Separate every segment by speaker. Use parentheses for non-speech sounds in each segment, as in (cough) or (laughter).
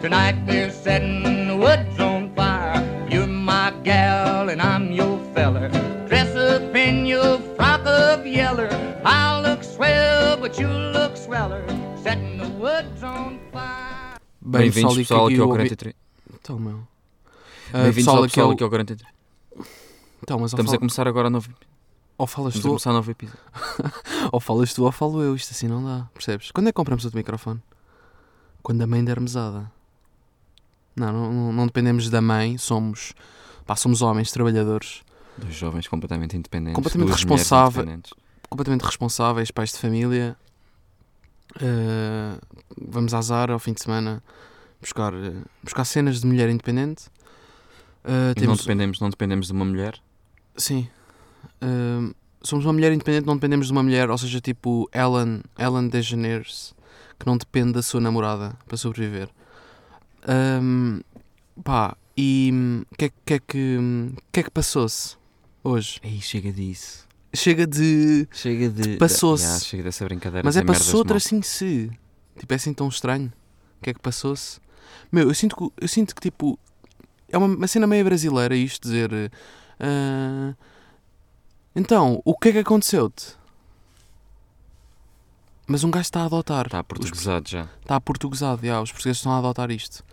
Speaker 1: Tonight we're setting the woods on fire. You're my gal and I'm your feller. Dress up in your frock of yeller. I look swell, but you look sweller. Setting the woods on fire.
Speaker 2: Bem-vindos, pessoal, aqui ao
Speaker 3: ouvi-
Speaker 2: 43.
Speaker 3: Então, meu. Ah,
Speaker 2: Bem-vindos,
Speaker 3: pessoal,
Speaker 2: ao
Speaker 3: aqui ao...
Speaker 2: pessoal, aqui ao 43.
Speaker 3: Então, mas
Speaker 2: Estamos
Speaker 3: ou,
Speaker 2: a começar agora novo.
Speaker 3: ou falas
Speaker 2: Estamos
Speaker 3: tu,
Speaker 2: a começar novo episódio.
Speaker 3: ou falas tu ou falo eu, isto assim não dá, percebes? Quando é que compramos outro microfone? Quando a mãe der mesada. Não, não, não- não dependemos da mãe, somos, pá, somos homens, trabalhadores,
Speaker 2: Dois jovens completamente independentes.
Speaker 3: Completamente
Speaker 2: duas mulheres
Speaker 3: responsável.
Speaker 2: independentes.
Speaker 3: completamente responsáveis, pais de família. Ah, vamos à Zara ao fim de semana buscar, eh, buscar cenas de mulher independente. Ah,
Speaker 2: E Não, dependemos, não dependemos de uma mulher.
Speaker 3: Sim. Ahm, somos uma mulher independente, não dependemos de uma mulher, ou seja, tipo Ellen, Ellen DeGeneres, que não depende da sua namorada para sobreviver. Ahm, pá, e hum, o que, é- que é que, hum, que, é que passou-se hoje?
Speaker 2: Ei, chega disso.
Speaker 3: Chega de.
Speaker 2: Chega de.
Speaker 3: Passou-se.
Speaker 2: Ya, chega dessa brincadeira.
Speaker 3: Mas
Speaker 2: de
Speaker 3: é
Speaker 2: merdas
Speaker 3: passou outra
Speaker 2: mal.
Speaker 3: assim se. Tipo, é assim tão estranho. O que é que passou-se? Meu, eu sinto que, eu sinto que tipo. É uma, uma cena meio brasileira isto dizer. eh, ah, então, o que é que aconteceu-te? Mas um gajo está a adotar.
Speaker 2: Está Tá portuguesado já.
Speaker 3: Os- Está portuguesado, já, os portugueses estão a adotar isto.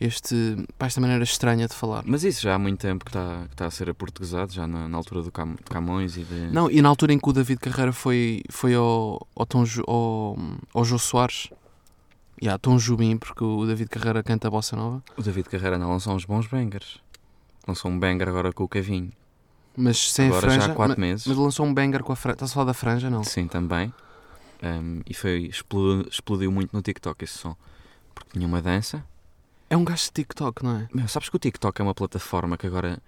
Speaker 3: Este, pá, esta maneira estranha de falar.
Speaker 2: Mas isso já há muito tempo que está, que está a ser aportuguesado, já na, na altura do Cam- de Camões e de.
Speaker 3: Não, e na altura em que o David Carreira foi, foi ao, ao, Tom, Ju- ao, ao Jô Soares, e yeah, Tom Jubim, porque o David Carreira canta a bossa nova,
Speaker 2: O David Carreira não lançou uns bons bangers. Lançou um banger agora com o Cavinho.
Speaker 3: mas sem a
Speaker 2: agora
Speaker 3: franja.
Speaker 2: já há 4
Speaker 3: ma-
Speaker 2: meses.
Speaker 3: mas lançou um banger com a franja. Estás a falar da franja, não?
Speaker 2: Sim, também. Um, e foi, explodiu, explodiu muito no TikTok esse som. Porque tinha uma dança.
Speaker 3: É um gajo de TikTok, não é?
Speaker 2: Meu, sabes que o TikTok é uma plataforma que agora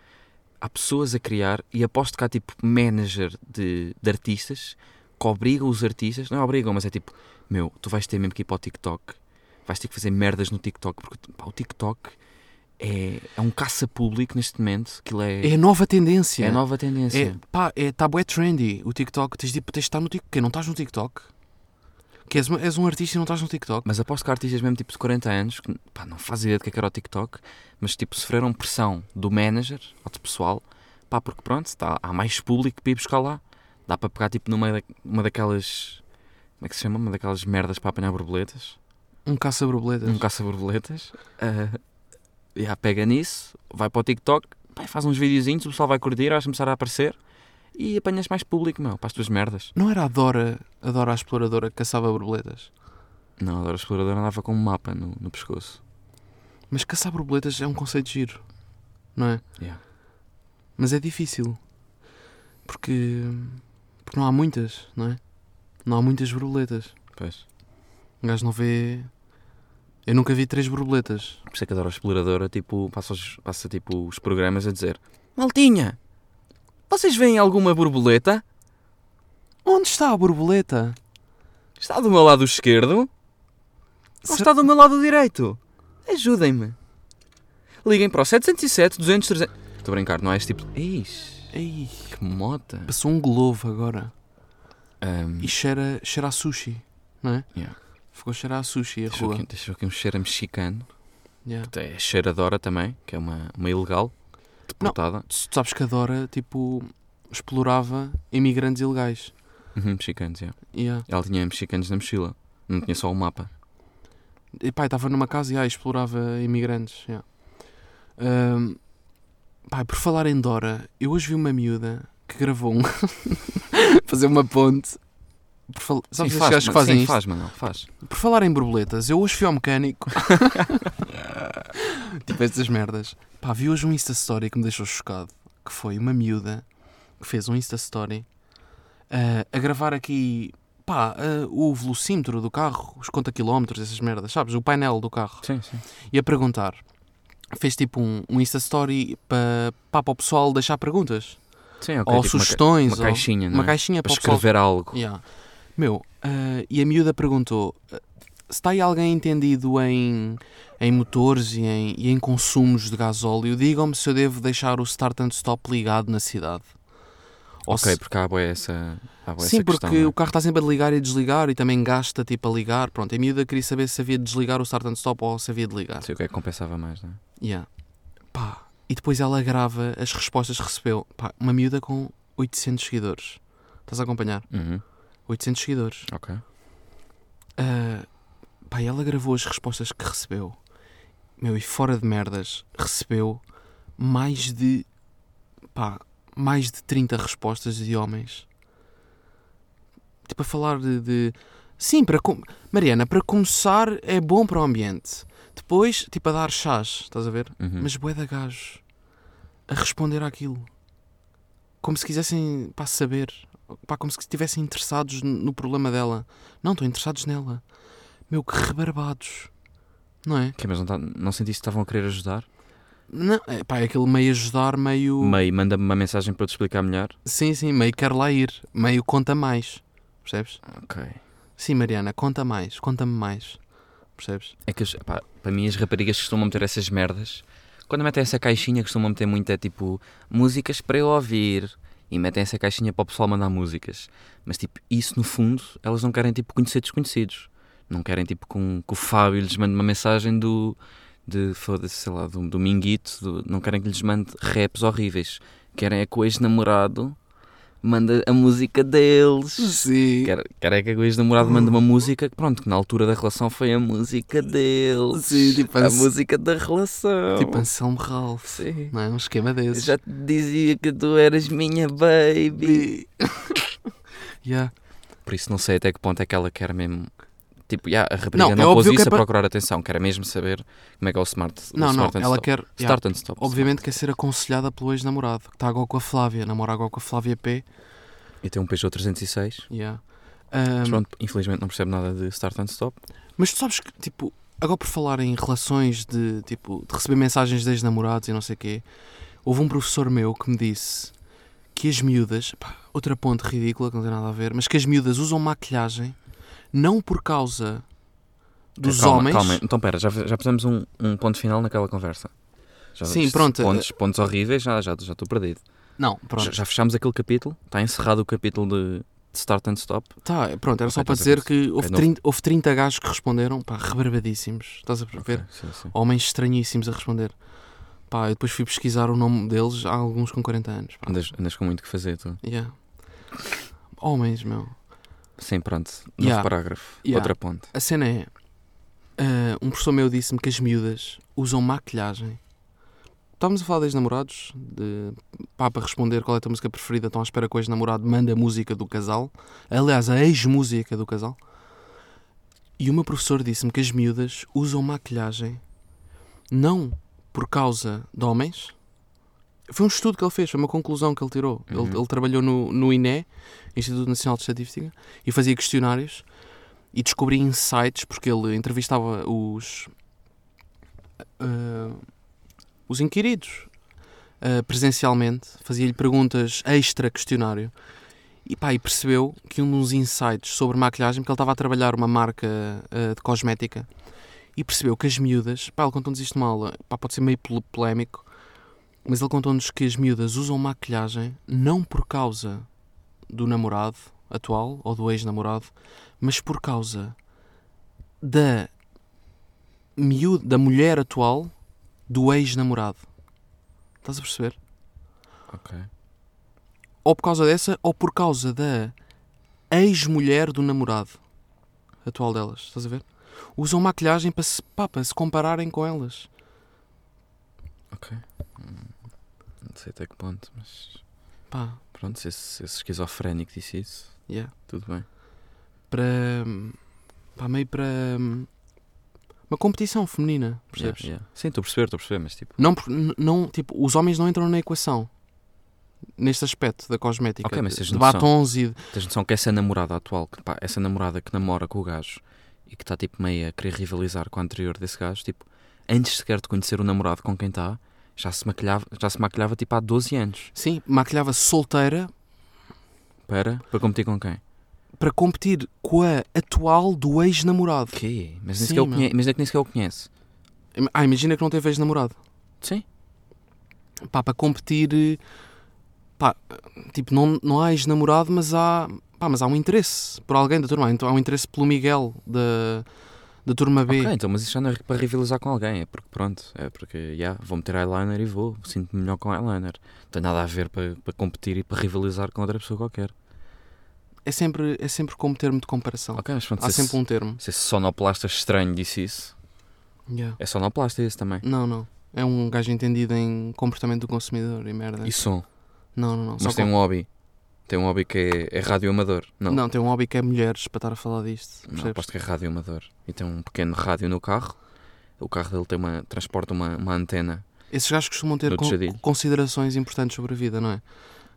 Speaker 2: há pessoas a criar e aposto que há tipo manager de, de artistas que obrigam os artistas, não é obrigam, mas é tipo, meu, tu vais ter mesmo que ir para o TikTok, vais ter que fazer merdas no TikTok, porque pá, o TikTok é, é um caça-público neste momento, aquilo é,
Speaker 3: É a nova tendência.
Speaker 2: é a nova tendência.
Speaker 3: É, pá, é, tá bué trendy o TikTok. Tens de, tens de estar no TikTok. Quê? Não estás no TikTok? Que és, uma- és um artista e não estás no TikTok?
Speaker 2: Mas aposto que há artistas mesmo tipo de 40 anos que pá, não fazem ideia do que é que era o TikTok, mas tipo sofreram pressão do manager ou do pessoal, pá, porque pronto, tá, há mais público para ir buscar lá. Dá para pegar tipo numa da, uma daquelas. Como é que se chama? Uma daquelas merdas para apanhar borboletas.
Speaker 3: Um caça-borboletas.
Speaker 2: Um caça-borboletas. Ah, e ah, pega nisso, vai para o TikTok, pá, faz uns videozinhos, o pessoal vai curtir, vais começar a aparecer e apanhas mais público, meu, para as tuas merdas.
Speaker 3: Não era a Dora, a Dora a exploradora que caçava borboletas?
Speaker 2: Não, agora o explorador andava com um mapa no, no pescoço.
Speaker 3: Mas caçar borboletas é um conceito giro, não é?
Speaker 2: Yeah.
Speaker 3: Mas é difícil. Porque, porque não há muitas, não é? Não há muitas borboletas.
Speaker 2: Pois.
Speaker 3: Um gajo não vê. Eu nunca vi três borboletas.
Speaker 2: Por isso é que adoro a exploradora, tipo, passa, os, passa tipo os programas a dizer Maltinha, vocês veem alguma borboleta?
Speaker 3: Onde está a borboleta?
Speaker 2: Está do meu lado esquerdo? Ou
Speaker 3: Se-
Speaker 2: está do meu lado direito? Ajudem-me. Liguem para o 707 200 300... Estou a brincar, não é? Este tipo... Ixi,
Speaker 3: Ei,
Speaker 2: que mota.
Speaker 3: passou um globo agora.
Speaker 2: Ahm,
Speaker 3: E cheira, cheira a sushi, não é?
Speaker 2: Yeah.
Speaker 3: Ficou a cheirar a sushi a
Speaker 2: deixou,
Speaker 3: rua.
Speaker 2: aqui, deixou aqui um cheiro a mexicano.
Speaker 3: Yeah.
Speaker 2: É cheiradora também, que é uma, uma ilegal. Deportada.
Speaker 3: Tu sabes que a Dora, tipo, explorava imigrantes ilegais.
Speaker 2: Uhum, mexicanos, yeah.
Speaker 3: Yeah.
Speaker 2: Ela tinha mexicanos na mochila. Não tinha só o mapa.
Speaker 3: E pá, estava numa casa e ah, explorava imigrantes. Yeah. Ahm, pá, por falar em Dora, eu hoje vi uma miúda que gravou um. (laughs) fazer uma ponte. Por fal... Sabes
Speaker 2: Sim,
Speaker 3: esses gajos que
Speaker 2: mano.
Speaker 3: fazem
Speaker 2: Sim,
Speaker 3: isto?
Speaker 2: faz, Manuel, faz.
Speaker 3: Por falar em borboletas, eu hoje fui ao
Speaker 2: (laughs)
Speaker 3: mecânico. tipo estas merdas. Pá, vi hoje um Insta Story que me deixou chocado. Que foi uma miúda que fez um Insta Story ah, a gravar aqui. Pá, ah, o velocímetro do carro, os conta-quilómetros, essas merdas, sabes? O painel do carro
Speaker 2: Sim, sim.
Speaker 3: e a perguntar. Fez tipo um, um Insta Story para para o pessoal deixar perguntas.
Speaker 2: Sim,
Speaker 3: ou
Speaker 2: ok, tipo uma ca-
Speaker 3: sugestões.
Speaker 2: Uma
Speaker 3: ou-
Speaker 2: caixinha, não
Speaker 3: uma
Speaker 2: é?
Speaker 3: caixinha para
Speaker 2: Para
Speaker 3: o pessoal.
Speaker 2: escrever algo.
Speaker 3: Yeah. Meu, ah, e a miúda perguntou: ah, se está aí alguém entendido em, em motores e em, e em consumos de gasóleo, digam-me se eu devo deixar o start and stop ligado na cidade. Ou
Speaker 2: ok,
Speaker 3: se-
Speaker 2: porque há boa essa, há bué
Speaker 3: Sim,
Speaker 2: essa
Speaker 3: porque
Speaker 2: questão. não é?
Speaker 3: o carro está sempre a ligar e desligar e também gasta tipo a ligar. Pronto, a miúda queria saber se havia de desligar o start and stop ou se havia de ligar.
Speaker 2: Sei o que é que compensava mais, não é?
Speaker 3: Yeah. Pá, e depois ela grava as respostas que recebeu. Pá, uma miúda com 800 seguidores. Estás a acompanhar?
Speaker 2: Uhum,
Speaker 3: 800 seguidores.
Speaker 2: ok.
Speaker 3: Ah, pá, e ela gravou as respostas que recebeu. Meu, e fora de merdas, recebeu mais de. pá, mais de 30 respostas de homens. Tipo, a falar de. de- Sim, para com- Mariana, para começar é bom para o ambiente. Depois, tipo, a dar chás, estás a ver?
Speaker 2: Uhum.
Speaker 3: Mas bué de gajos a responder àquilo. Como se quisessem, pá, saber. Pá, como se estivessem interessados n- no problema dela. Não, estão interessados nela. Meu, que rebarbados. Não é?
Speaker 2: Que, mas não, tá, não sentiste que estavam a querer ajudar?
Speaker 3: Não, é, pá, é aquele meio ajudar, meio...
Speaker 2: Meio, manda-me uma mensagem para eu te explicar melhor.
Speaker 3: Sim, sim, meio quer lá ir. Meio conta mais. Percebes?
Speaker 2: Ok.
Speaker 3: Sim, Mariana, conta mais. Conta-me mais. Percebes?
Speaker 2: É que, as- pá, para mim, as raparigas costumam meter essas merdas. Quando metem essa caixinha, costumam meter muito, é tipo, músicas para eu ouvir. E metem essa caixinha para o pessoal mandar músicas. Mas, tipo, isso no fundo, elas não querem, tipo, conhecer desconhecidos. Não querem, tipo, com, que o Fábio lhes mande uma mensagem do. de, foda-se, sei lá, do, do Minguito. do- não querem que lhes mande raps horríveis. Querem é que o ex-namorado manda a música deles.
Speaker 3: Sim.
Speaker 2: Quer, quer é que o ex-namorado manda uma música que, pronto, que na altura da relação foi a música dele.
Speaker 3: Sim, tipo
Speaker 2: a
Speaker 3: ans-
Speaker 2: música da relação.
Speaker 3: Tipo Anselmo Ralph.
Speaker 2: Sim.
Speaker 3: Não é? Um esquema
Speaker 2: Eu
Speaker 3: desses.
Speaker 2: já te dizia que tu eras minha baby.
Speaker 3: Yeah.
Speaker 2: Por isso não sei até que ponto é que ela quer mesmo. Tipo, yeah, a rapariga
Speaker 3: Não,
Speaker 2: não,
Speaker 3: é
Speaker 2: pôs
Speaker 3: óbvio que é
Speaker 2: isso a
Speaker 3: para-
Speaker 2: procurar atenção, quer mesmo saber como é que é o smart. o
Speaker 3: Não, não,
Speaker 2: smart and
Speaker 3: ela
Speaker 2: stop.
Speaker 3: quer. yeah.
Speaker 2: Start and stop.
Speaker 3: Obviamente quer ser aconselhada pelo ex-namorado, que está agora com a Flávia, namora agora com a Flávia P.
Speaker 2: E tem um Peugeot 306.
Speaker 3: Yeah. Um, Ahm,
Speaker 2: Mas Pronto, infelizmente não percebe nada de start and stop.
Speaker 3: mas tu sabes que, tipo, agora por falar em relações de, tipo, de receber mensagens de ex-namorados e não sei o quê, houve um professor meu que me disse que as miúdas, pá, outra ponte ridícula que não tem nada a ver, mas que as miúdas usam maquilhagem não por causa dos
Speaker 2: Calma,
Speaker 3: homens.
Speaker 2: Calma, então pera, já, já pusemos um, um ponto final naquela conversa. Já-
Speaker 3: Sim, pronto.
Speaker 2: Pontos, pontos horríveis, já estou já, estou perdido.
Speaker 3: Não, pronto.
Speaker 2: Já, já fechámos aquele capítulo, está encerrado o capítulo de, de Start and Stop.
Speaker 3: Tá, pronto, era
Speaker 2: Ok,
Speaker 3: só para
Speaker 2: estás a
Speaker 3: dizer
Speaker 2: ver.
Speaker 3: que houve
Speaker 2: novo.
Speaker 3: 30, houve 30 gajos que responderam, pá, rebarbadíssimos. Estás a ver?
Speaker 2: Ok, sim, sim.
Speaker 3: homens estranhíssimos a responder. Pá, eu depois fui pesquisar o nome deles, há alguns com 40 anos. Pá.
Speaker 2: Andas, andas com muito que fazer, tu.
Speaker 3: Yeah. Homens, meu.
Speaker 2: Sim, pronto. Novo
Speaker 3: Yeah.
Speaker 2: parágrafo.
Speaker 3: Yeah.
Speaker 2: Outra ponte.
Speaker 3: A cena é. ah, um professor meu disse-me que as miúdas usam maquilhagem. Estávamos a falar de ex-namorados, de, pá, para responder qual é a tua música preferida, estão à espera que o ex-namorado manda a música do casal. Aliás, a ex-música do casal. E o meu professor disse-me que as miúdas usam maquilhagem não por causa de homens. Foi um estudo que ele fez, foi uma conclusão que ele tirou. Ele, ele trabalhou no, no INE, Instituto Nacional de Estatística, e fazia questionários e descobri insights porque ele entrevistava os ah, os inquiridos ah, presencialmente, fazia-lhe perguntas extra questionário e pá, e percebeu que um dos insights sobre maquilhagem, porque ele estava a trabalhar uma marca ah, de cosmética e percebeu que as miúdas, pá, ele contou-nos isto numa aula, pá, pode ser meio pole- polémico, mas ele contou-nos que as miúdas usam maquilhagem não por causa do namorado atual ou do ex-namorado, mas por causa da miúda, da mulher atual do ex-namorado. Estás a perceber?
Speaker 2: Ok.
Speaker 3: Ou por causa dessa, ou por causa da ex-mulher do namorado atual delas. Estás a ver? Usam maquilhagem para se, pá, para se compararem com elas.
Speaker 2: Ok. Hum, Não sei até que ponto, mas.
Speaker 3: Pá,
Speaker 2: Pronto, se esse, esse esquizofrénico disse isso,
Speaker 3: yeah.
Speaker 2: tudo bem.
Speaker 3: Para. hum, Pá, meio para. hum, Uma competição feminina, percebes?
Speaker 2: Yeah, yeah. Sim, estou a perceber, estou a perceber, mas tipo.
Speaker 3: Não, por- n- não, tipo, os homens não entram na equação neste aspecto da cosmética,
Speaker 2: Ok, mas
Speaker 3: de,
Speaker 2: tens
Speaker 3: de
Speaker 2: noção.
Speaker 3: batons e de-
Speaker 2: Tens noção que essa namorada atual, que, pá, essa namorada que namora com o gajo e que está tipo meio a querer rivalizar com a anterior desse gajo, tipo, antes sequer de conhecer o namorado com quem está, já se maquilhava, já se maquilhava tipo há 12 anos.
Speaker 3: sim, maquilhava solteira
Speaker 2: Para? Para competir com quem?
Speaker 3: para competir com a atual do ex-namorado.
Speaker 2: Que? Mas
Speaker 3: Sim,
Speaker 2: nem sequer o
Speaker 3: meu.
Speaker 2: conhe- mas é que nem sequer o conhece.
Speaker 3: Ah, imagina que não teve ex-namorado.
Speaker 2: Sim.
Speaker 3: Pá, para competir eh, pá, tipo, não, não há ex-namorado, mas há, pá, mas há um interesse por alguém da turma. Então há um interesse pelo Miguel da, da turma B.
Speaker 2: Ok, então, mas isto já não é para rivalizar com alguém, é porque pronto, é porque, já, vou meter eyeliner e vou, sinto-me melhor com eyeliner. Não tem nada a ver para, para competir e para rivalizar com outra pessoa qualquer.
Speaker 3: É sempre, é sempre como termo de comparação.
Speaker 2: Ok, mas pronto,
Speaker 3: Há
Speaker 2: se,
Speaker 3: sempre
Speaker 2: esse,
Speaker 3: um termo.
Speaker 2: se esse sonoplasta estranho disse isso,
Speaker 3: Yeah.
Speaker 2: é sonoplasta esse também.
Speaker 3: Não, não. É um gajo entendido em comportamento do consumidor e merda.
Speaker 2: E som,
Speaker 3: Um Não, não, não. Só
Speaker 2: mas tem
Speaker 3: com-
Speaker 2: um hobby. Tem um hobby que é, é radioamador. Não,
Speaker 3: Não, tem um hobby que é mulheres para estar a falar disto.
Speaker 2: Não,
Speaker 3: percebes?
Speaker 2: aposto que é rádio amador. E tem um pequeno rádio no carro. O carro dele tem uma, transporta uma, uma antena.
Speaker 3: Esses gajos costumam ter
Speaker 2: No
Speaker 3: con-
Speaker 2: tejadilho.
Speaker 3: considerações importantes sobre a vida, não é?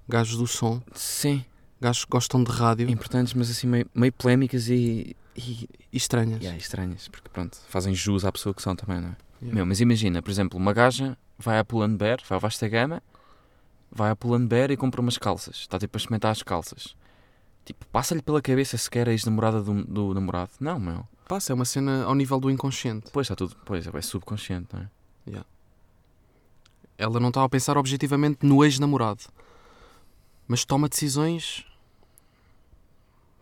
Speaker 3: Gajos do som,
Speaker 2: Sim,
Speaker 3: gajos que gostam de rádio
Speaker 2: importantes, mas assim meio, meio polémicas e, e,
Speaker 3: e estranhas.
Speaker 2: e, ah, estranhas. Porque pronto, fazem jus à pessoa que são também, não é?
Speaker 3: Yeah.
Speaker 2: Meu, mas imagina, por exemplo, uma gaja vai à Pull&Bear, vai à Vasta Gama, vai à Pull&Bear e compra umas calças. Está tipo a experimentar as calças. Tipo, passa-lhe pela cabeça sequer a ex-namorada do, do namorado. Não, meu.
Speaker 3: Passa, é uma cena ao nível do inconsciente.
Speaker 2: Pois está tudo, pois é, é subconsciente, não é?
Speaker 3: Ela não estava a pensar objetivamente no ex-namorado, mas toma decisões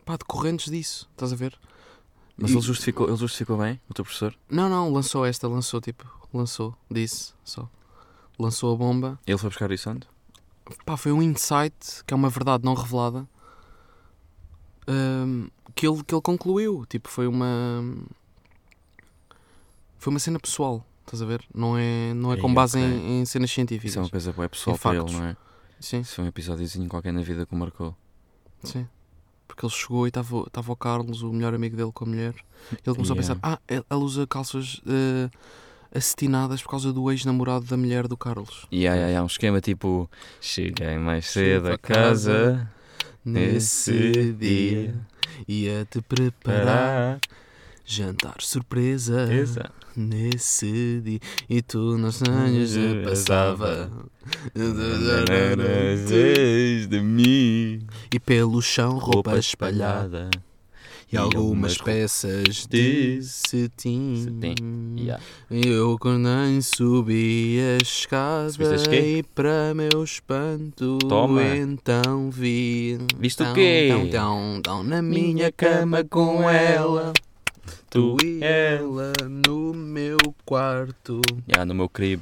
Speaker 3: pá, decorrentes disso, estás a ver?
Speaker 2: Mas
Speaker 3: E-
Speaker 2: ele, justificou, ele justificou bem, o teu professor?
Speaker 3: Não, não, lançou esta, lançou tipo, lançou, disse só. Lançou a bomba.
Speaker 2: Ele foi buscar isso onde?
Speaker 3: Pá, foi um insight, que é uma verdade não revelada, hum, que, ele, que ele concluiu. Tipo, foi uma. Foi uma cena pessoal, estás a ver? Não é, não é
Speaker 2: Aí,
Speaker 3: com base
Speaker 2: ok.
Speaker 3: em, em cenas
Speaker 2: Isso é
Speaker 3: científicas.
Speaker 2: uma coisa boa pessoal para ele,
Speaker 3: factos.
Speaker 2: não é?
Speaker 3: Sim,
Speaker 2: Isso foi um episódiozinho qualquer na vida que o marcou.
Speaker 3: sim. Porque ele chegou e estava o- estava o Carlos, o melhor amigo dele, com a mulher. E ele começou a
Speaker 2: Yeah.
Speaker 3: pensar: ah, ele- ela usa calças eh, acetinadas por causa do ex-namorado da mulher do Carlos.
Speaker 2: E há, há, há um esquema tipo: Cheguei mais cedo a casa, Nesse dia,
Speaker 3: ia-te preparar
Speaker 2: para.
Speaker 3: jantar surpresa.
Speaker 2: Exato.
Speaker 3: Nesse dia e tu nos sonhos
Speaker 2: Eu
Speaker 3: eu passava
Speaker 2: Nananãs de mim,
Speaker 3: e pelo chão
Speaker 2: roupa
Speaker 3: roupa espalhada
Speaker 2: espalhada.
Speaker 3: e algumas
Speaker 2: roupas
Speaker 3: peças
Speaker 2: de
Speaker 3: de cetim.
Speaker 2: cetim. Yeah.
Speaker 3: Eu que nem subi a escada
Speaker 2: Subiste quê?
Speaker 3: e para meu espanto
Speaker 2: Toma.
Speaker 3: então vi
Speaker 2: Viste o
Speaker 3: tão,
Speaker 2: quê?
Speaker 3: tão, tão, tão na minha cama com ela Tu é e ela no meu quarto,
Speaker 2: Yeah, no meu crib.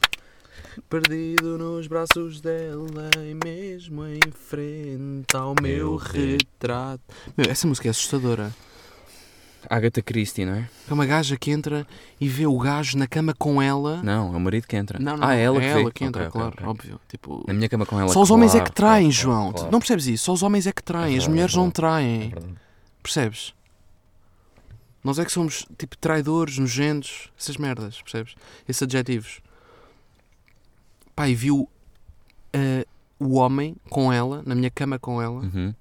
Speaker 3: perdido nos braços dela e mesmo em frente ao meu,
Speaker 2: Meu
Speaker 3: retrato. É Meu, essa música é assustadora.
Speaker 2: Agatha Christie, não é?
Speaker 3: É uma gaja que entra e vê o gajo na cama com ela.
Speaker 2: Não, é o marido que entra. ah, é ela que,
Speaker 3: é ela
Speaker 2: vê.
Speaker 3: que entra,
Speaker 2: Ok, ok,
Speaker 3: claro,
Speaker 2: ok.
Speaker 3: óbvio. Tipo,
Speaker 2: Na minha cama com ela.
Speaker 3: só os homens é que
Speaker 2: claro,
Speaker 3: traem,
Speaker 2: claro,
Speaker 3: João.
Speaker 2: claro.
Speaker 3: Não percebes isso? Só os homens é que traem,
Speaker 2: É
Speaker 3: as
Speaker 2: verdade,
Speaker 3: mulheres
Speaker 2: é
Speaker 3: não
Speaker 2: verdade. É
Speaker 3: traem.
Speaker 2: verdade.
Speaker 3: Percebes? Nós é que somos tipo traidores, nojentos, essas merdas, percebes? Esses adjetivos. Pá, e viu eh, o homem com ela, na minha cama com ela.
Speaker 2: Uhum.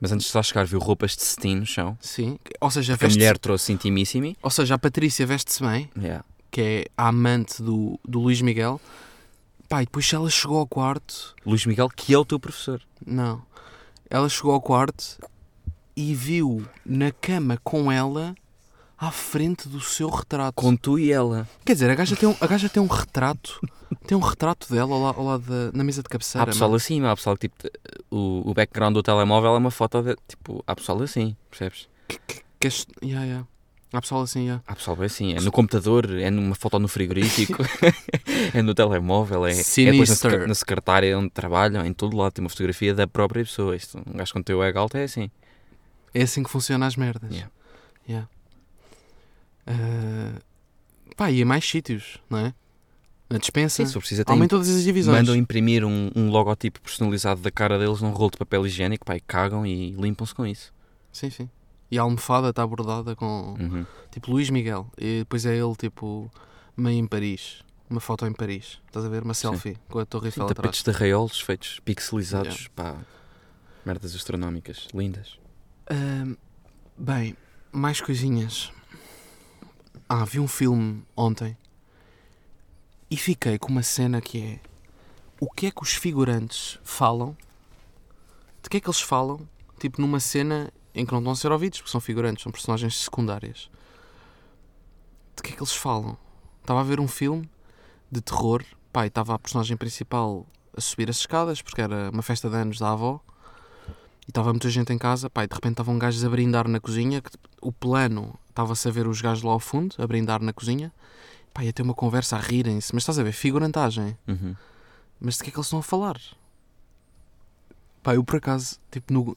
Speaker 2: Mas antes de lá chegar, viu roupas de cetim no chão.
Speaker 3: Sim. Ou seja,
Speaker 2: Que a
Speaker 3: veste
Speaker 2: mulher trouxe intimissimi.
Speaker 3: ou seja, a Patrícia veste-se bem,
Speaker 2: Yeah.
Speaker 3: que é a amante do, do Luís Miguel. Pá, e depois ela chegou ao quarto.
Speaker 2: Luís Miguel, que é o teu professor.
Speaker 3: Não. Ela chegou ao quarto e viu na cama com ela à frente do seu retrato.
Speaker 2: Com tu e ela.
Speaker 3: Quer dizer, a gaja tem um, a gaja tem um retrato. Tem um retrato dela ao la- ao lado da- na mesa de
Speaker 2: há
Speaker 3: cabeceira.
Speaker 2: pessoal
Speaker 3: mano.
Speaker 2: assim, há pessoal que tipo. te- O, o background do telemóvel é uma foto de. Tipo, há pessoal assim, percebes?
Speaker 3: Que é est- yeah, yeah. Há pessoal assim, yeah.
Speaker 2: Há pessoal bem assim. É no computador, é numa foto no
Speaker 3: (laughs)
Speaker 2: frigorífico, (laughs) é no telemóvel, é, é depois na,
Speaker 3: Sinister.
Speaker 2: seca- na secretária onde trabalham, em todo lado tem uma fotografia da própria pessoa. Isto, um gajo com teu ego alto é assim.
Speaker 3: É assim que funcionam as merdas.
Speaker 2: Yeah.
Speaker 3: Yeah. Ah, pá, e a mais sítios, não é? Na dispensa.
Speaker 2: Sim, se for preciso, até
Speaker 3: Aumentam todas as divisões.
Speaker 2: mandam imprimir um, um logotipo personalizado da cara deles num rolo de papel higiênico, pá, e cagam e limpam-se com isso.
Speaker 3: Sim, sim. E a almofada está bordada com.
Speaker 2: Uhum.
Speaker 3: Tipo Luís Miguel. E depois é ele, tipo, meio em Paris. Uma foto em Paris. Estás a ver? Uma selfie com a Torre
Speaker 2: Sim,
Speaker 3: Eiffel atrás.
Speaker 2: tapetes de arraiolos feitos pixelizados, pá, merdas astronómicas, lindas.
Speaker 3: Ahm, bem, mais coisinhas. Ah, vi um filme ontem e fiquei com uma cena que é o que é que os figurantes falam? De que é que eles falam? Tipo numa cena em que não estão a ser ouvidos, porque são figurantes, são personagens secundárias. De que é que eles falam? Estava a ver um filme de terror, pá, e estava a personagem principal a subir as escadas, porque era uma festa de anos da avó. E estava muita gente em casa, pá, e de repente estavam gajos a brindar na cozinha, que o plano estava-se a ver os gajos lá ao fundo, a brindar na cozinha. Pá, ia ter uma conversa a rirem-se, mas estás a ver, figurantagem.
Speaker 2: Uhum.
Speaker 3: Mas de que é que eles estão a falar? Pá, eu por acaso, tipo, no,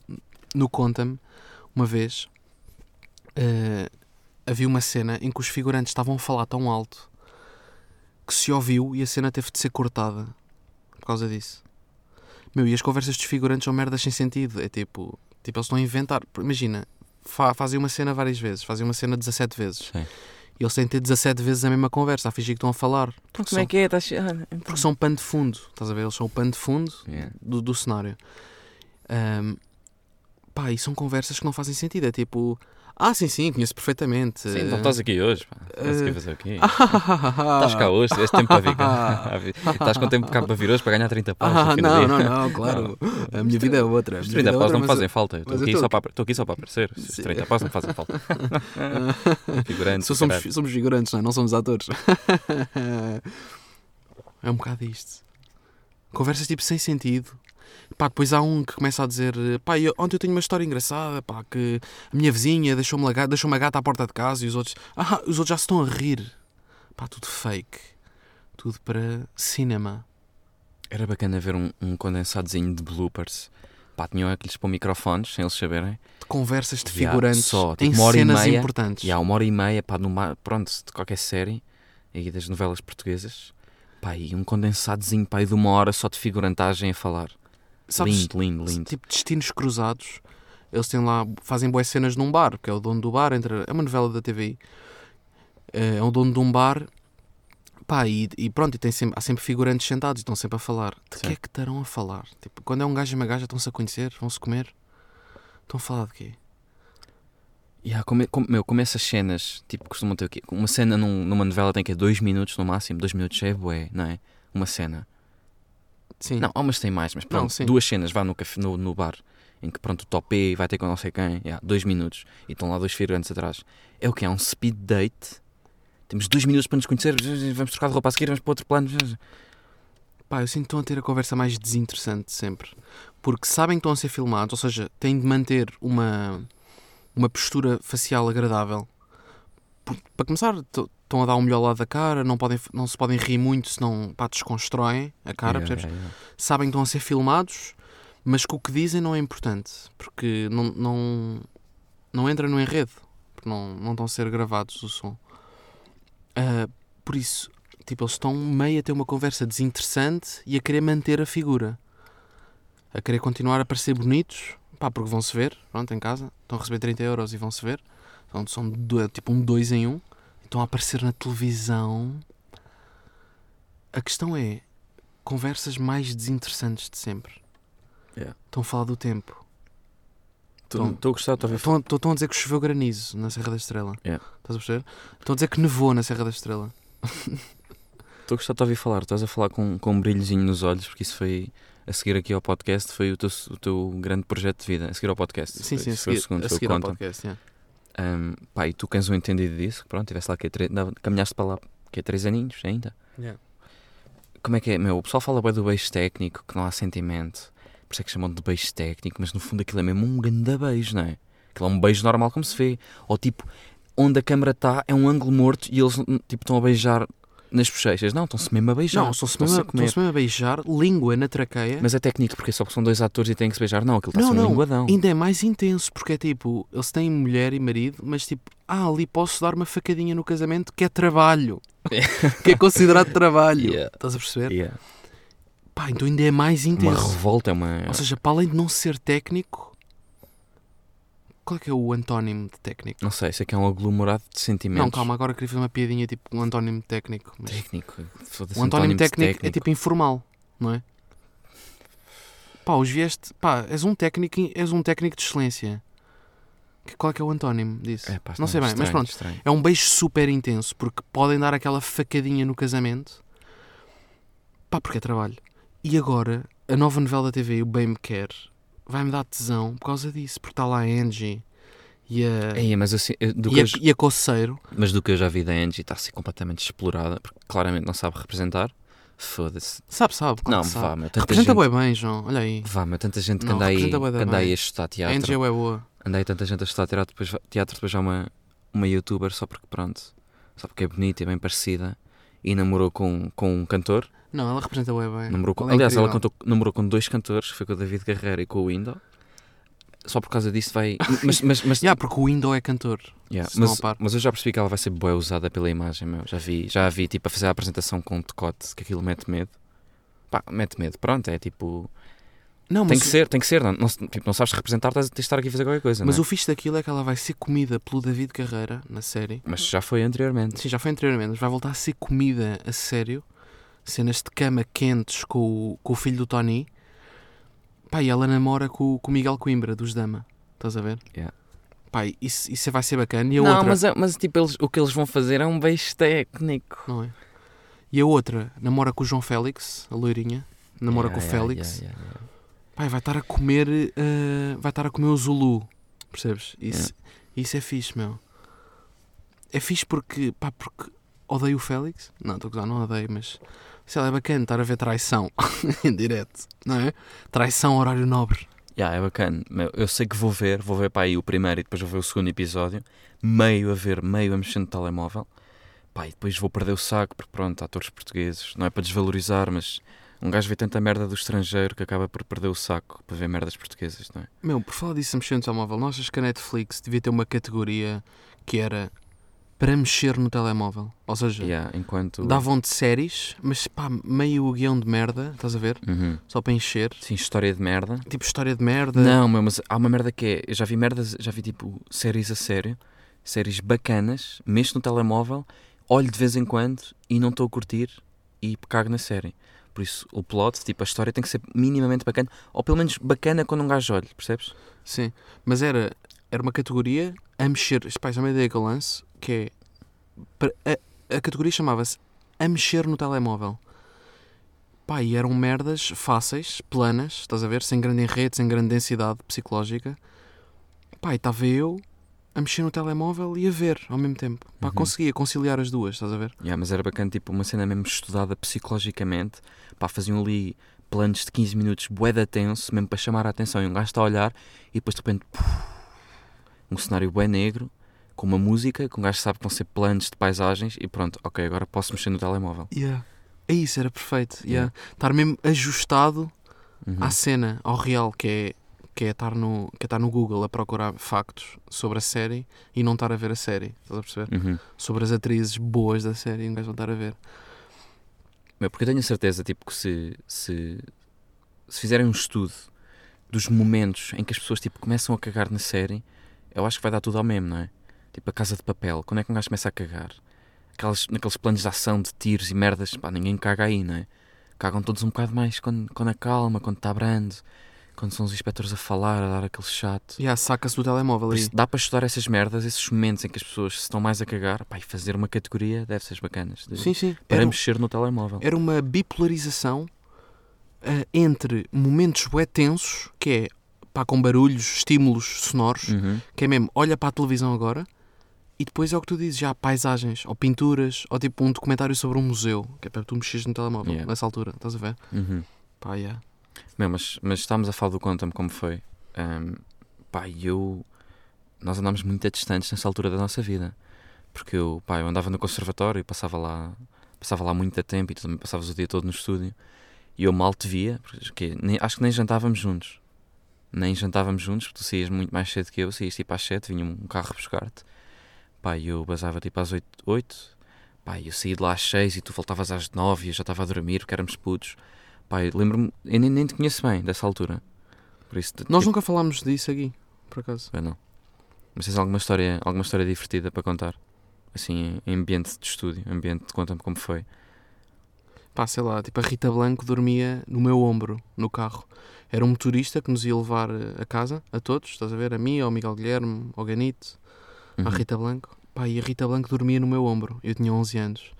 Speaker 3: no Conta-me, uma vez, eh, havia uma cena em que os figurantes estavam a falar tão alto que se ouviu e a cena teve de ser cortada por causa disso. Meu, e as conversas dos figurantes são merdas sem sentido. É tipo, tipo eles estão a inventar. Imagina, fa- fazem uma cena várias vezes, fazem uma cena 17 vezes.
Speaker 2: Sim.
Speaker 3: E eles têm de ter 17 vezes a mesma conversa, a fingir que estão a falar.
Speaker 4: Então, como é que é? Estás... Ah, então.
Speaker 3: Porque são pano de fundo, estás a ver? Eles são o pano de fundo
Speaker 2: Yeah.
Speaker 3: do, do cenário. Ahm, pá, e são conversas que não fazem sentido. É tipo, ah, sim, sim, conheço perfeitamente.
Speaker 2: Sim, então estás aqui hoje, pá. Estás aqui
Speaker 3: eh,
Speaker 2: a fazer o quê? Estás
Speaker 3: Estás
Speaker 2: cá hoje, tiveste tempo para
Speaker 3: (laughs)
Speaker 2: vir cá. (laughs) Estás com tempo cá para vir hoje para ganhar 30 paus.
Speaker 3: Ah,
Speaker 2: no fim do
Speaker 3: não,
Speaker 2: dia.
Speaker 3: não, não,
Speaker 2: (laughs)
Speaker 3: claro. A minha vida é outra. a
Speaker 2: é? Os
Speaker 3: minha vida é
Speaker 2: 30 paus
Speaker 3: outra,
Speaker 2: não me
Speaker 3: mas-
Speaker 2: fazem falta. eu Estou
Speaker 3: mas eu
Speaker 2: aqui,
Speaker 3: tô
Speaker 2: só para- estou aqui só para aparecer. Os
Speaker 3: Sim.
Speaker 2: 30 paus não me
Speaker 3: (laughs)
Speaker 2: fazem falta. Figurante.
Speaker 3: Só somos,
Speaker 2: caralho.
Speaker 3: somos figurantes, não, é? não somos atores. (laughs) é um bocado isto. Conversas tipo sem sentido. Pá, depois há um que começa a dizer: pá, eu- ontem eu tenho uma história engraçada, pá, que a minha vizinha deixou-me laga- deixou uma gata à porta de casa e os outros, ah, os outros já se estão a rir. Pá, tudo fake. Tudo para cinema.
Speaker 2: Era bacana ver um, um condensadozinho de bloopers. Pá, tinham aqueles para microfones, sem eles saberem.
Speaker 3: De conversas de
Speaker 2: Yeah,
Speaker 3: figurantes
Speaker 2: só, tipo,
Speaker 3: em
Speaker 2: uma hora e
Speaker 3: cenas
Speaker 2: meia,
Speaker 3: importantes.
Speaker 2: E há uma hora e meia, pá, numa, pronto, de qualquer série, aí das novelas portuguesas. Pá, e um condensadozinho, pá, aí de uma hora só de figurantagem a falar. um
Speaker 3: Sabes,
Speaker 2: lindo, lindo, lindo.
Speaker 3: tipo destinos cruzados. Eles têm lá, fazem boas cenas num bar, que é o dono do bar, entra, é uma novela da TVI. Eh, É o dono de um bar, pá, e, e pronto, e tem sempre, há sempre figurantes sentados e estão sempre a falar. De que
Speaker 2: Sim.
Speaker 3: é que estarão a falar? Tipo, quando é um gajo e uma gaja, estão-se a conhecer, vão-se comer. Estão a falar de quê?
Speaker 2: E há como, como, meu, como essas cenas, tipo, costumam ter o quê? Uma cena num- numa novela tem que é dois minutos no máximo, dois minutos já é bué, não é? Uma cena.
Speaker 3: Sim.
Speaker 2: Não, há umas que têm mais, mas pronto,
Speaker 3: Hum. sim.
Speaker 2: duas cenas, vá no, café, no, no bar, em que pronto, o topé vai ter com não sei quem, yeah, dois minutos, e estão lá dois figurantes atrás. É o que? É um speed date? Temos dois minutos para nos conhecer, vamos trocar de roupa a seguir, vamos para outro plano.
Speaker 3: Pá, eu sinto que estão a ter a conversa mais desinteressante sempre. Porque sabem que estão a ser filmados, ou seja, têm de manter uma, uma postura facial agradável. Por- para começar, t- estão a dar o melhor lado da cara, não, podem, não se podem rir muito, senão pá, desconstroem a cara,
Speaker 2: Yeah,
Speaker 3: percebes?
Speaker 2: yeah, yeah.
Speaker 3: Sabem que estão a ser filmados, mas que o que dizem não é importante, porque não, não, não entra no enredo, porque não, não estão a ser gravados o som. Ah, por isso, tipo, eles estão meio a ter uma conversa desinteressante e a querer manter a figura. A querer continuar a parecer bonitos, pá, porque vão-se ver, pronto, em casa. Estão a receber 30 euros e vão-se ver. Então, são do- tipo um dois em um. Estão a aparecer na televisão. A questão é, conversas mais desinteressantes de sempre.
Speaker 2: Yeah.
Speaker 3: Estão a falar do tempo.
Speaker 2: Estou
Speaker 3: Então-
Speaker 2: estou a gostar, estou a ver.
Speaker 3: Estão, estão a dizer que choveu granizo na Serra da Estrela.
Speaker 2: Yeah.
Speaker 3: Estás a perceber? Estão a dizer que nevou na Serra da Estrela.
Speaker 2: Estou a gostar de te ouvir falar, estás a falar com, com um brilhozinho nos olhos, porque isso foi, a seguir aqui ao podcast, foi o teu, o teu grande projeto de vida, a seguir ao podcast.
Speaker 3: Sim,
Speaker 2: Foi-
Speaker 3: sim, a
Speaker 2: isso foi o
Speaker 3: seguir,
Speaker 2: segundo,
Speaker 3: a
Speaker 2: foi o
Speaker 3: seguir ao
Speaker 2: Conta.
Speaker 3: podcast. yeah.
Speaker 2: Ahm, pá, e tu queres um entendido disso, que pronto, tiveste lá que é três, dava- caminhaste para lá que é três aninhos ainda.
Speaker 3: Yeah.
Speaker 2: Como é que é? Meu, o pessoal fala bem do beijo técnico, que não há sentimento, por isso é que chamam de beijo técnico, mas no fundo aquilo é mesmo um grande beijo, não é? Aquilo é um beijo normal como se vê. Ou tipo, onde a câmara está é um ângulo morto e eles hum, tipo, estão a beijar nas bochechas. Não, estão-se mesmo a beijar.
Speaker 3: Não, estão-se
Speaker 2: Estão-se
Speaker 3: mesmo,
Speaker 2: a comer.
Speaker 3: estão-se mesmo a beijar, língua na traqueia.
Speaker 2: Mas é técnico, porque só são dois atores e têm que se beijar. Não, aquilo está a
Speaker 3: não,
Speaker 2: ser um
Speaker 3: não,
Speaker 2: linguadão.
Speaker 3: ainda é mais intenso, porque é tipo, eles têm mulher e marido, mas tipo, ah, ali posso dar uma facadinha no casamento que é
Speaker 2: (laughs)
Speaker 3: trabalho. que é considerado trabalho.
Speaker 2: Yeah.
Speaker 3: Estás a perceber?
Speaker 2: Yeah.
Speaker 3: Pá, então ainda é mais
Speaker 2: Uma
Speaker 3: intenso.
Speaker 2: revolta, é uma.
Speaker 3: Ou seja, para além de não ser técnico, qual é que é o antónimo de técnico?
Speaker 2: Não sei, isso aqui é um aglomerado de sentimentos.
Speaker 3: Não, calma, agora queria fazer uma piadinha tipo um antónimo de técnico. mas-
Speaker 2: Técnico. foda-se,
Speaker 3: O antónimo
Speaker 2: de
Speaker 3: técnico, é tipo informal, não é? Pá, os vieste. Pá, és um técnico, és um técnico de excelência. Que- Qual é que é o antónimo disso?
Speaker 2: É, pá,
Speaker 3: não sei bem, mas
Speaker 2: estranho,
Speaker 3: pronto.
Speaker 2: estranho.
Speaker 3: É um beijo super intenso, porque podem dar aquela facadinha no casamento. Pá, porque é trabalho. E agora, a nova novela da TV, o Bem Me Quer, vai-me dar tesão por causa disso, porque está lá a Angie e a,
Speaker 2: Ei, mas, assim, eu- do
Speaker 3: É, e
Speaker 2: que
Speaker 3: a,
Speaker 2: eu, j-
Speaker 3: e a Coceiro.
Speaker 2: mas do que eu já vi da Angie está a ser completamente explorada, porque claramente não sabe representar. Foda-se.
Speaker 3: Sabe, sabe. claro
Speaker 2: Não,
Speaker 3: que
Speaker 2: vá,
Speaker 3: sabe.
Speaker 2: meu. Tanta
Speaker 3: Representa
Speaker 2: gente,
Speaker 3: bem bem, João. Olha aí.
Speaker 2: vá, meu. Tanta gente que
Speaker 3: Não,
Speaker 2: anda aí,
Speaker 3: representa bué da
Speaker 2: que anda aí
Speaker 3: bem.
Speaker 2: a estudar
Speaker 3: A
Speaker 2: teatro.
Speaker 3: NGO é boa.
Speaker 2: Andei tanta gente a estudar teatro, depois, teatro, depois já uma, uma youtuber só porque pronto, só porque é bonita e bem parecida e namorou com, com um cantor.
Speaker 3: Não, ela representa bem bem.
Speaker 2: namorou com,
Speaker 3: é
Speaker 2: aliás, ela
Speaker 3: incrível.
Speaker 2: cantou- namorou com dois cantores, foi com o David Guerreiro e com o Window. Só por causa disso vai. Mas, mas, mas,
Speaker 3: Yeah, porque o Window é cantor.
Speaker 2: yeah,
Speaker 3: se não
Speaker 2: mas,
Speaker 3: par.
Speaker 2: mas eu já percebi que ela vai ser boa usada pela imagem, meu. Já vi, já a vi tipo a fazer a apresentação com um decote, que aquilo mete medo. Pá, mete medo, pronto, é tipo.
Speaker 3: Não,
Speaker 2: Tem
Speaker 3: mas,
Speaker 2: que ser, né? tem que ser, não, não, se- tipo, não sabes representar, tens tens de estar aqui a fazer qualquer coisa.
Speaker 3: mas
Speaker 2: não
Speaker 3: o fixe daquilo é que ela vai ser comida pelo David Carreira na série.
Speaker 2: é? mas já foi anteriormente.
Speaker 3: Sim, já foi anteriormente, mas vai voltar a ser comida a sério. Cenas de cama quentes com o, com o filho do Tony. Pá, e ela namora com, o- com o Miguel Coimbra, dos Dama. Estás a ver?
Speaker 2: Yeah.
Speaker 3: Pá, isso, isso vai ser bacana. E a
Speaker 2: não,
Speaker 3: outra.
Speaker 2: mas, é- mas tipo, eles, o que eles vão fazer é um beijo técnico.
Speaker 3: Não é? E a outra namora com o João Félix, a loirinha. Namora
Speaker 2: Yeah,
Speaker 3: com o
Speaker 2: yeah,
Speaker 3: Félix.
Speaker 2: yeah, yeah, yeah.
Speaker 3: Pai, vai estar a comer. eh, vai estar a comer o Zulu. Percebes? Isso, isso é fixe, meu. É fixe porque. Pá, porque odeio o Félix. Não, estou a gozar, não odeio, mas. Sei lá, é bacana estar a ver traição (laughs) em direto, não é? Traição, horário nobre.
Speaker 2: Yeah, é bacana. Meu, Eu sei que vou ver, vou ver para aí o primeiro e depois vou ver o segundo episódio, meio a ver, meio a mexer no telemóvel. Pá, e depois vou perder o saco, porque pronto, atores portugueses, não é para desvalorizar, mas um gajo vê tanta merda do estrangeiro que acaba por perder o saco para ver merdas portuguesas, não é?
Speaker 3: Meu, por falar disso, a mexer no telemóvel, não achas que a Netflix devia ter uma categoria que era para mexer no telemóvel? Ou seja,
Speaker 2: Yeah, enquanto.
Speaker 3: davam de séries, mas pá, meio guião de merda, estás a ver?
Speaker 2: Uhum.
Speaker 3: Só para encher.
Speaker 2: Sim, história de merda.
Speaker 3: Tipo história de merda.
Speaker 2: Não, meu, mas há uma merda que é. Eu já vi merdas, já vi tipo séries a sério, séries bacanas, mexo no telemóvel, olho de vez em quando e não estou a curtir e cago na série. Por isso, o plot, tipo, a história tem que ser minimamente bacana, ou pelo menos bacana quando um gajo olha, percebes?
Speaker 3: Sim. Mas era, era uma categoria a mexer. Isto, Pá, isso é uma ideia que eu lanço, que é. para- a, a categoria chamava-se A mexer no telemóvel. Pá, e eram merdas fáceis, planas, estás a ver? Sem grande enredo, sem grande densidade psicológica. Pá, e estava eu a mexer no telemóvel e a ver ao mesmo tempo. Pá,
Speaker 2: Uhum.
Speaker 3: conseguia conciliar as duas, estás a ver?
Speaker 2: Yeah, mas era bacana, tipo, uma cena mesmo estudada psicologicamente, pá, faziam ali planos de 15 minutos, boeda tenso, mesmo para chamar a atenção, e um gajo está a olhar e depois de repente, puf, um cenário bué negro, com uma música, que um gajo sabe que vão ser planos de paisagens, e pronto, ok, agora posso mexer no telemóvel.
Speaker 3: Yeah. É isso, era perfeito. Yeah. Estar mesmo ajustado
Speaker 2: Uhum.
Speaker 3: à cena, ao real, que é, que, é estar no, que é estar no Google a procurar factos sobre a série e não estar a ver a série, estás a perceber?
Speaker 2: Uhum.
Speaker 3: Sobre as atrizes boas da série e um gajo não estar a ver.
Speaker 2: Meu, porque eu tenho a certeza, tipo, que se, se, se fizerem um estudo dos momentos em que as pessoas, tipo, começam a cagar na série, eu acho que vai dar tudo ao mesmo, não é? Tipo, a Casa de Papel, quando é que um gajo começa a cagar? Aquelas, naqueles planos de ação, de tiros e merdas, pá, ninguém caga aí, não é? Cagam todos um bocado mais quando, quando acalma, quando está brando, quando são os inspectores a falar, a dar aquele chato.
Speaker 3: E yeah, saca-se do telemóvel
Speaker 2: Por
Speaker 3: aí.
Speaker 2: isso, dá para estudar essas merdas, esses momentos em que as pessoas se estão mais a cagar, pá, e fazer uma categoria dessas bacanas. de-
Speaker 3: Sim, sim.
Speaker 2: Para
Speaker 3: Era, um-
Speaker 2: mexer no telemóvel.
Speaker 3: era uma bipolarização ah, entre momentos bué tensos, que é pá, com barulhos, estímulos sonoros,
Speaker 2: Uhum.
Speaker 3: que é mesmo, olha para a televisão agora e depois é o que tu dizes, já há paisagens, ou pinturas, ou tipo um documentário sobre um museu, que é para tu mexeres no telemóvel
Speaker 2: Yeah.
Speaker 3: nessa altura, estás a ver?
Speaker 2: Uhum.
Speaker 3: Pá, yeah.
Speaker 2: Meu, mas, mas estávamos a falar do Conta-me como foi. Ahm, pá, e eu. Nós andámos muito a distantes nessa altura da nossa vida. Porque eu, pá, eu andava no conservatório e passava lá, passava lá muito tempo e tu também passavas o dia todo no estúdio. E eu mal te via, porque acho que nem- acho que nem jantávamos juntos. Nem jantávamos juntos, porque tu saías muito mais cedo que eu, saías tipo às 7, vinha um carro buscar-te. Pá, e eu basava tipo às 8, 8. Pá, e eu saí de lá às 6 e tu voltavas às 9 e eu já estava a dormir porque éramos putos. Pá, eu lembro-me, eu nem, nem te conheço bem dessa altura. Por isso,
Speaker 3: Nós
Speaker 2: tipo,
Speaker 3: nunca falámos disso aqui, por acaso.
Speaker 2: bem, não. Mas tens alguma história, alguma história divertida para contar? Assim, em ambiente de estúdio, ambiente de conta-me como foi.
Speaker 3: Pá, sei lá, tipo a Rita Blanco dormia no meu ombro, no carro. Era um motorista que nos ia levar eh, a casa, a todos, estás a ver? A mim, ao Miguel Guilherme, ao Ganito, à
Speaker 2: Uhum.
Speaker 3: Rita Blanco. Pá, e a Rita Blanco dormia no meu ombro, eu tinha 11 anos.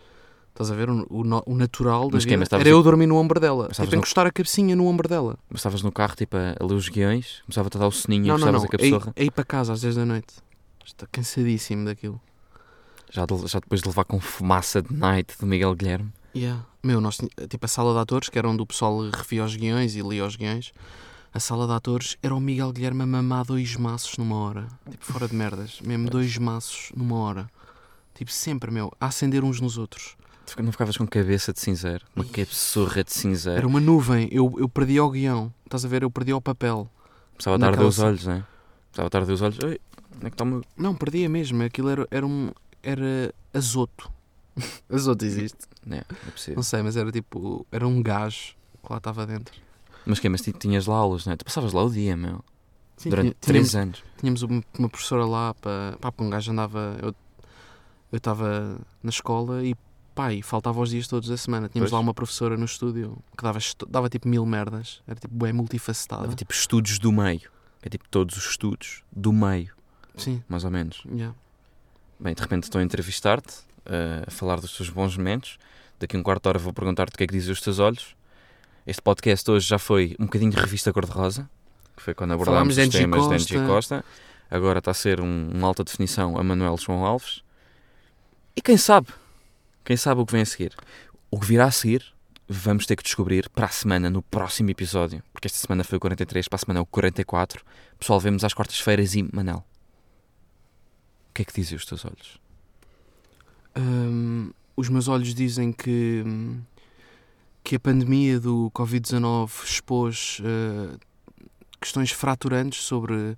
Speaker 3: Estás a ver? O, o no- o natural da
Speaker 2: Mas quê?
Speaker 3: vida
Speaker 2: Mas estavas
Speaker 3: era
Speaker 2: no-
Speaker 3: eu dormir no ombro dela.
Speaker 2: Mas
Speaker 3: Tipo,
Speaker 2: estavas no-
Speaker 3: encostar a cabecinha no ombro dela.
Speaker 2: Mas estavas no carro, tipo, a, a ler os guiões, começava-te a dar o soninho,
Speaker 3: Não, não,
Speaker 2: gostavas
Speaker 3: não.
Speaker 2: a
Speaker 3: É ir-
Speaker 2: cabeçorra.
Speaker 3: é ir para casa às 10 da noite. Estou cansadíssimo daquilo.
Speaker 2: Já, de- já depois de levar com fumaça de night do Miguel Guilherme.
Speaker 3: Yeah. Meu, nós, tin- tipo, a sala de atores, que era onde o pessoal revia os guiões e lia os guiões, a sala de atores era o Miguel Guilherme a mamar dois maços numa hora. Tipo, fora de merdas. Mesmo dois maços numa hora. Tipo, sempre, meu, a acender uns nos outros.
Speaker 2: Tu Não ficavas com cabeça de cinzeiro? Uma cabeçurra
Speaker 3: Era
Speaker 2: de cinzeiro.
Speaker 3: uma nuvem. Eu, eu perdi ao guião. Estás a ver? Eu perdi ao papel.
Speaker 2: Precisava dar
Speaker 3: um naquela
Speaker 2: os
Speaker 3: sala.
Speaker 2: olhos, não é? Precisava dar os olhos. Oi, onde é que está o meu...
Speaker 3: Não, perdia mesmo. Aquilo era, era um. Era azoto. (laughs) azoto existe.
Speaker 2: Não, não é possível.
Speaker 3: Não sei, mas era tipo. Era um gás que lá estava dentro.
Speaker 2: Mas que Mas ti- tinhas lá aulas, não é? Tu passavas lá o dia, meu.
Speaker 3: Sim,
Speaker 2: Durante
Speaker 3: tinha- tínhamos-
Speaker 2: três anos.
Speaker 3: Tínhamos uma uma professora lá, para pá, porque um gajo andava. Eu eu estava na escola e, pá, e faltava os dias todos da semana. Tínhamos
Speaker 2: Pois.
Speaker 3: lá uma professora no estúdio que dava, estu- dava tipo mil merdas, era tipo bem multifacetada.
Speaker 2: Dava tipo estudos do meio. É tipo todos os estudos do meio,
Speaker 3: Sim,
Speaker 2: mais ou menos.
Speaker 3: yeah.
Speaker 2: Bem, de repente estou a entrevistar-te, eh, a falar dos teus bons momentos. Daqui a um quarto de hora vou perguntar-te o que é que dizem os teus olhos. Este podcast hoje já foi um bocadinho de revista cor-de-rosa, que foi quando abordámos
Speaker 3: Falámos de
Speaker 2: os
Speaker 3: NG
Speaker 2: temas de
Speaker 3: Costa.
Speaker 2: NG Costa. Agora está a ser um, um alta definição a Manuel João Alves. E quem sabe? Quem sabe o que vem a seguir? O que virá a seguir, vamos ter que descobrir para a semana, no próximo episódio. Porque esta semana foi o 43, para a semana é o 44. Pessoal, vemos às quartas-feiras e Manel. O que é que dizem os teus olhos?
Speaker 3: Hum, os meus olhos dizem que, hum, que a pandemia do Covid-19 expôs eh, questões fraturantes sobre,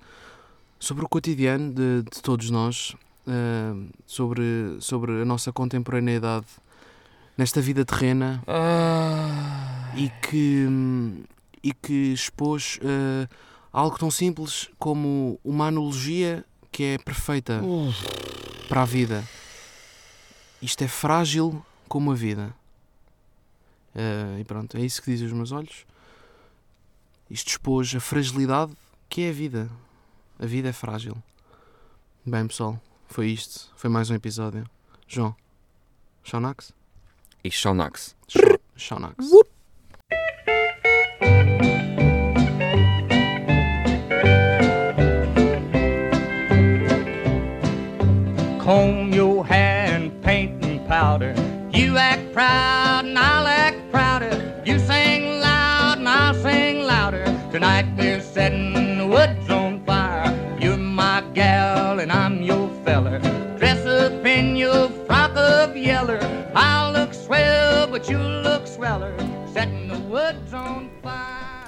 Speaker 3: sobre o cotidiano de, de todos nós, eh, sobre, sobre a nossa contemporaneidade nesta vida terrena e que, hum, e que expôs eh, algo tão simples como uma analogia que é perfeita para a vida. Isto é frágil como a vida. Eh, e pronto, é isso que dizem os meus olhos. Isto expôs a fragilidade que é a vida. A vida é frágil. Bem, pessoal, foi isto. Foi mais um episódio. João, Shaunax?
Speaker 2: E Shaunax.
Speaker 3: Shaunax.
Speaker 1: comb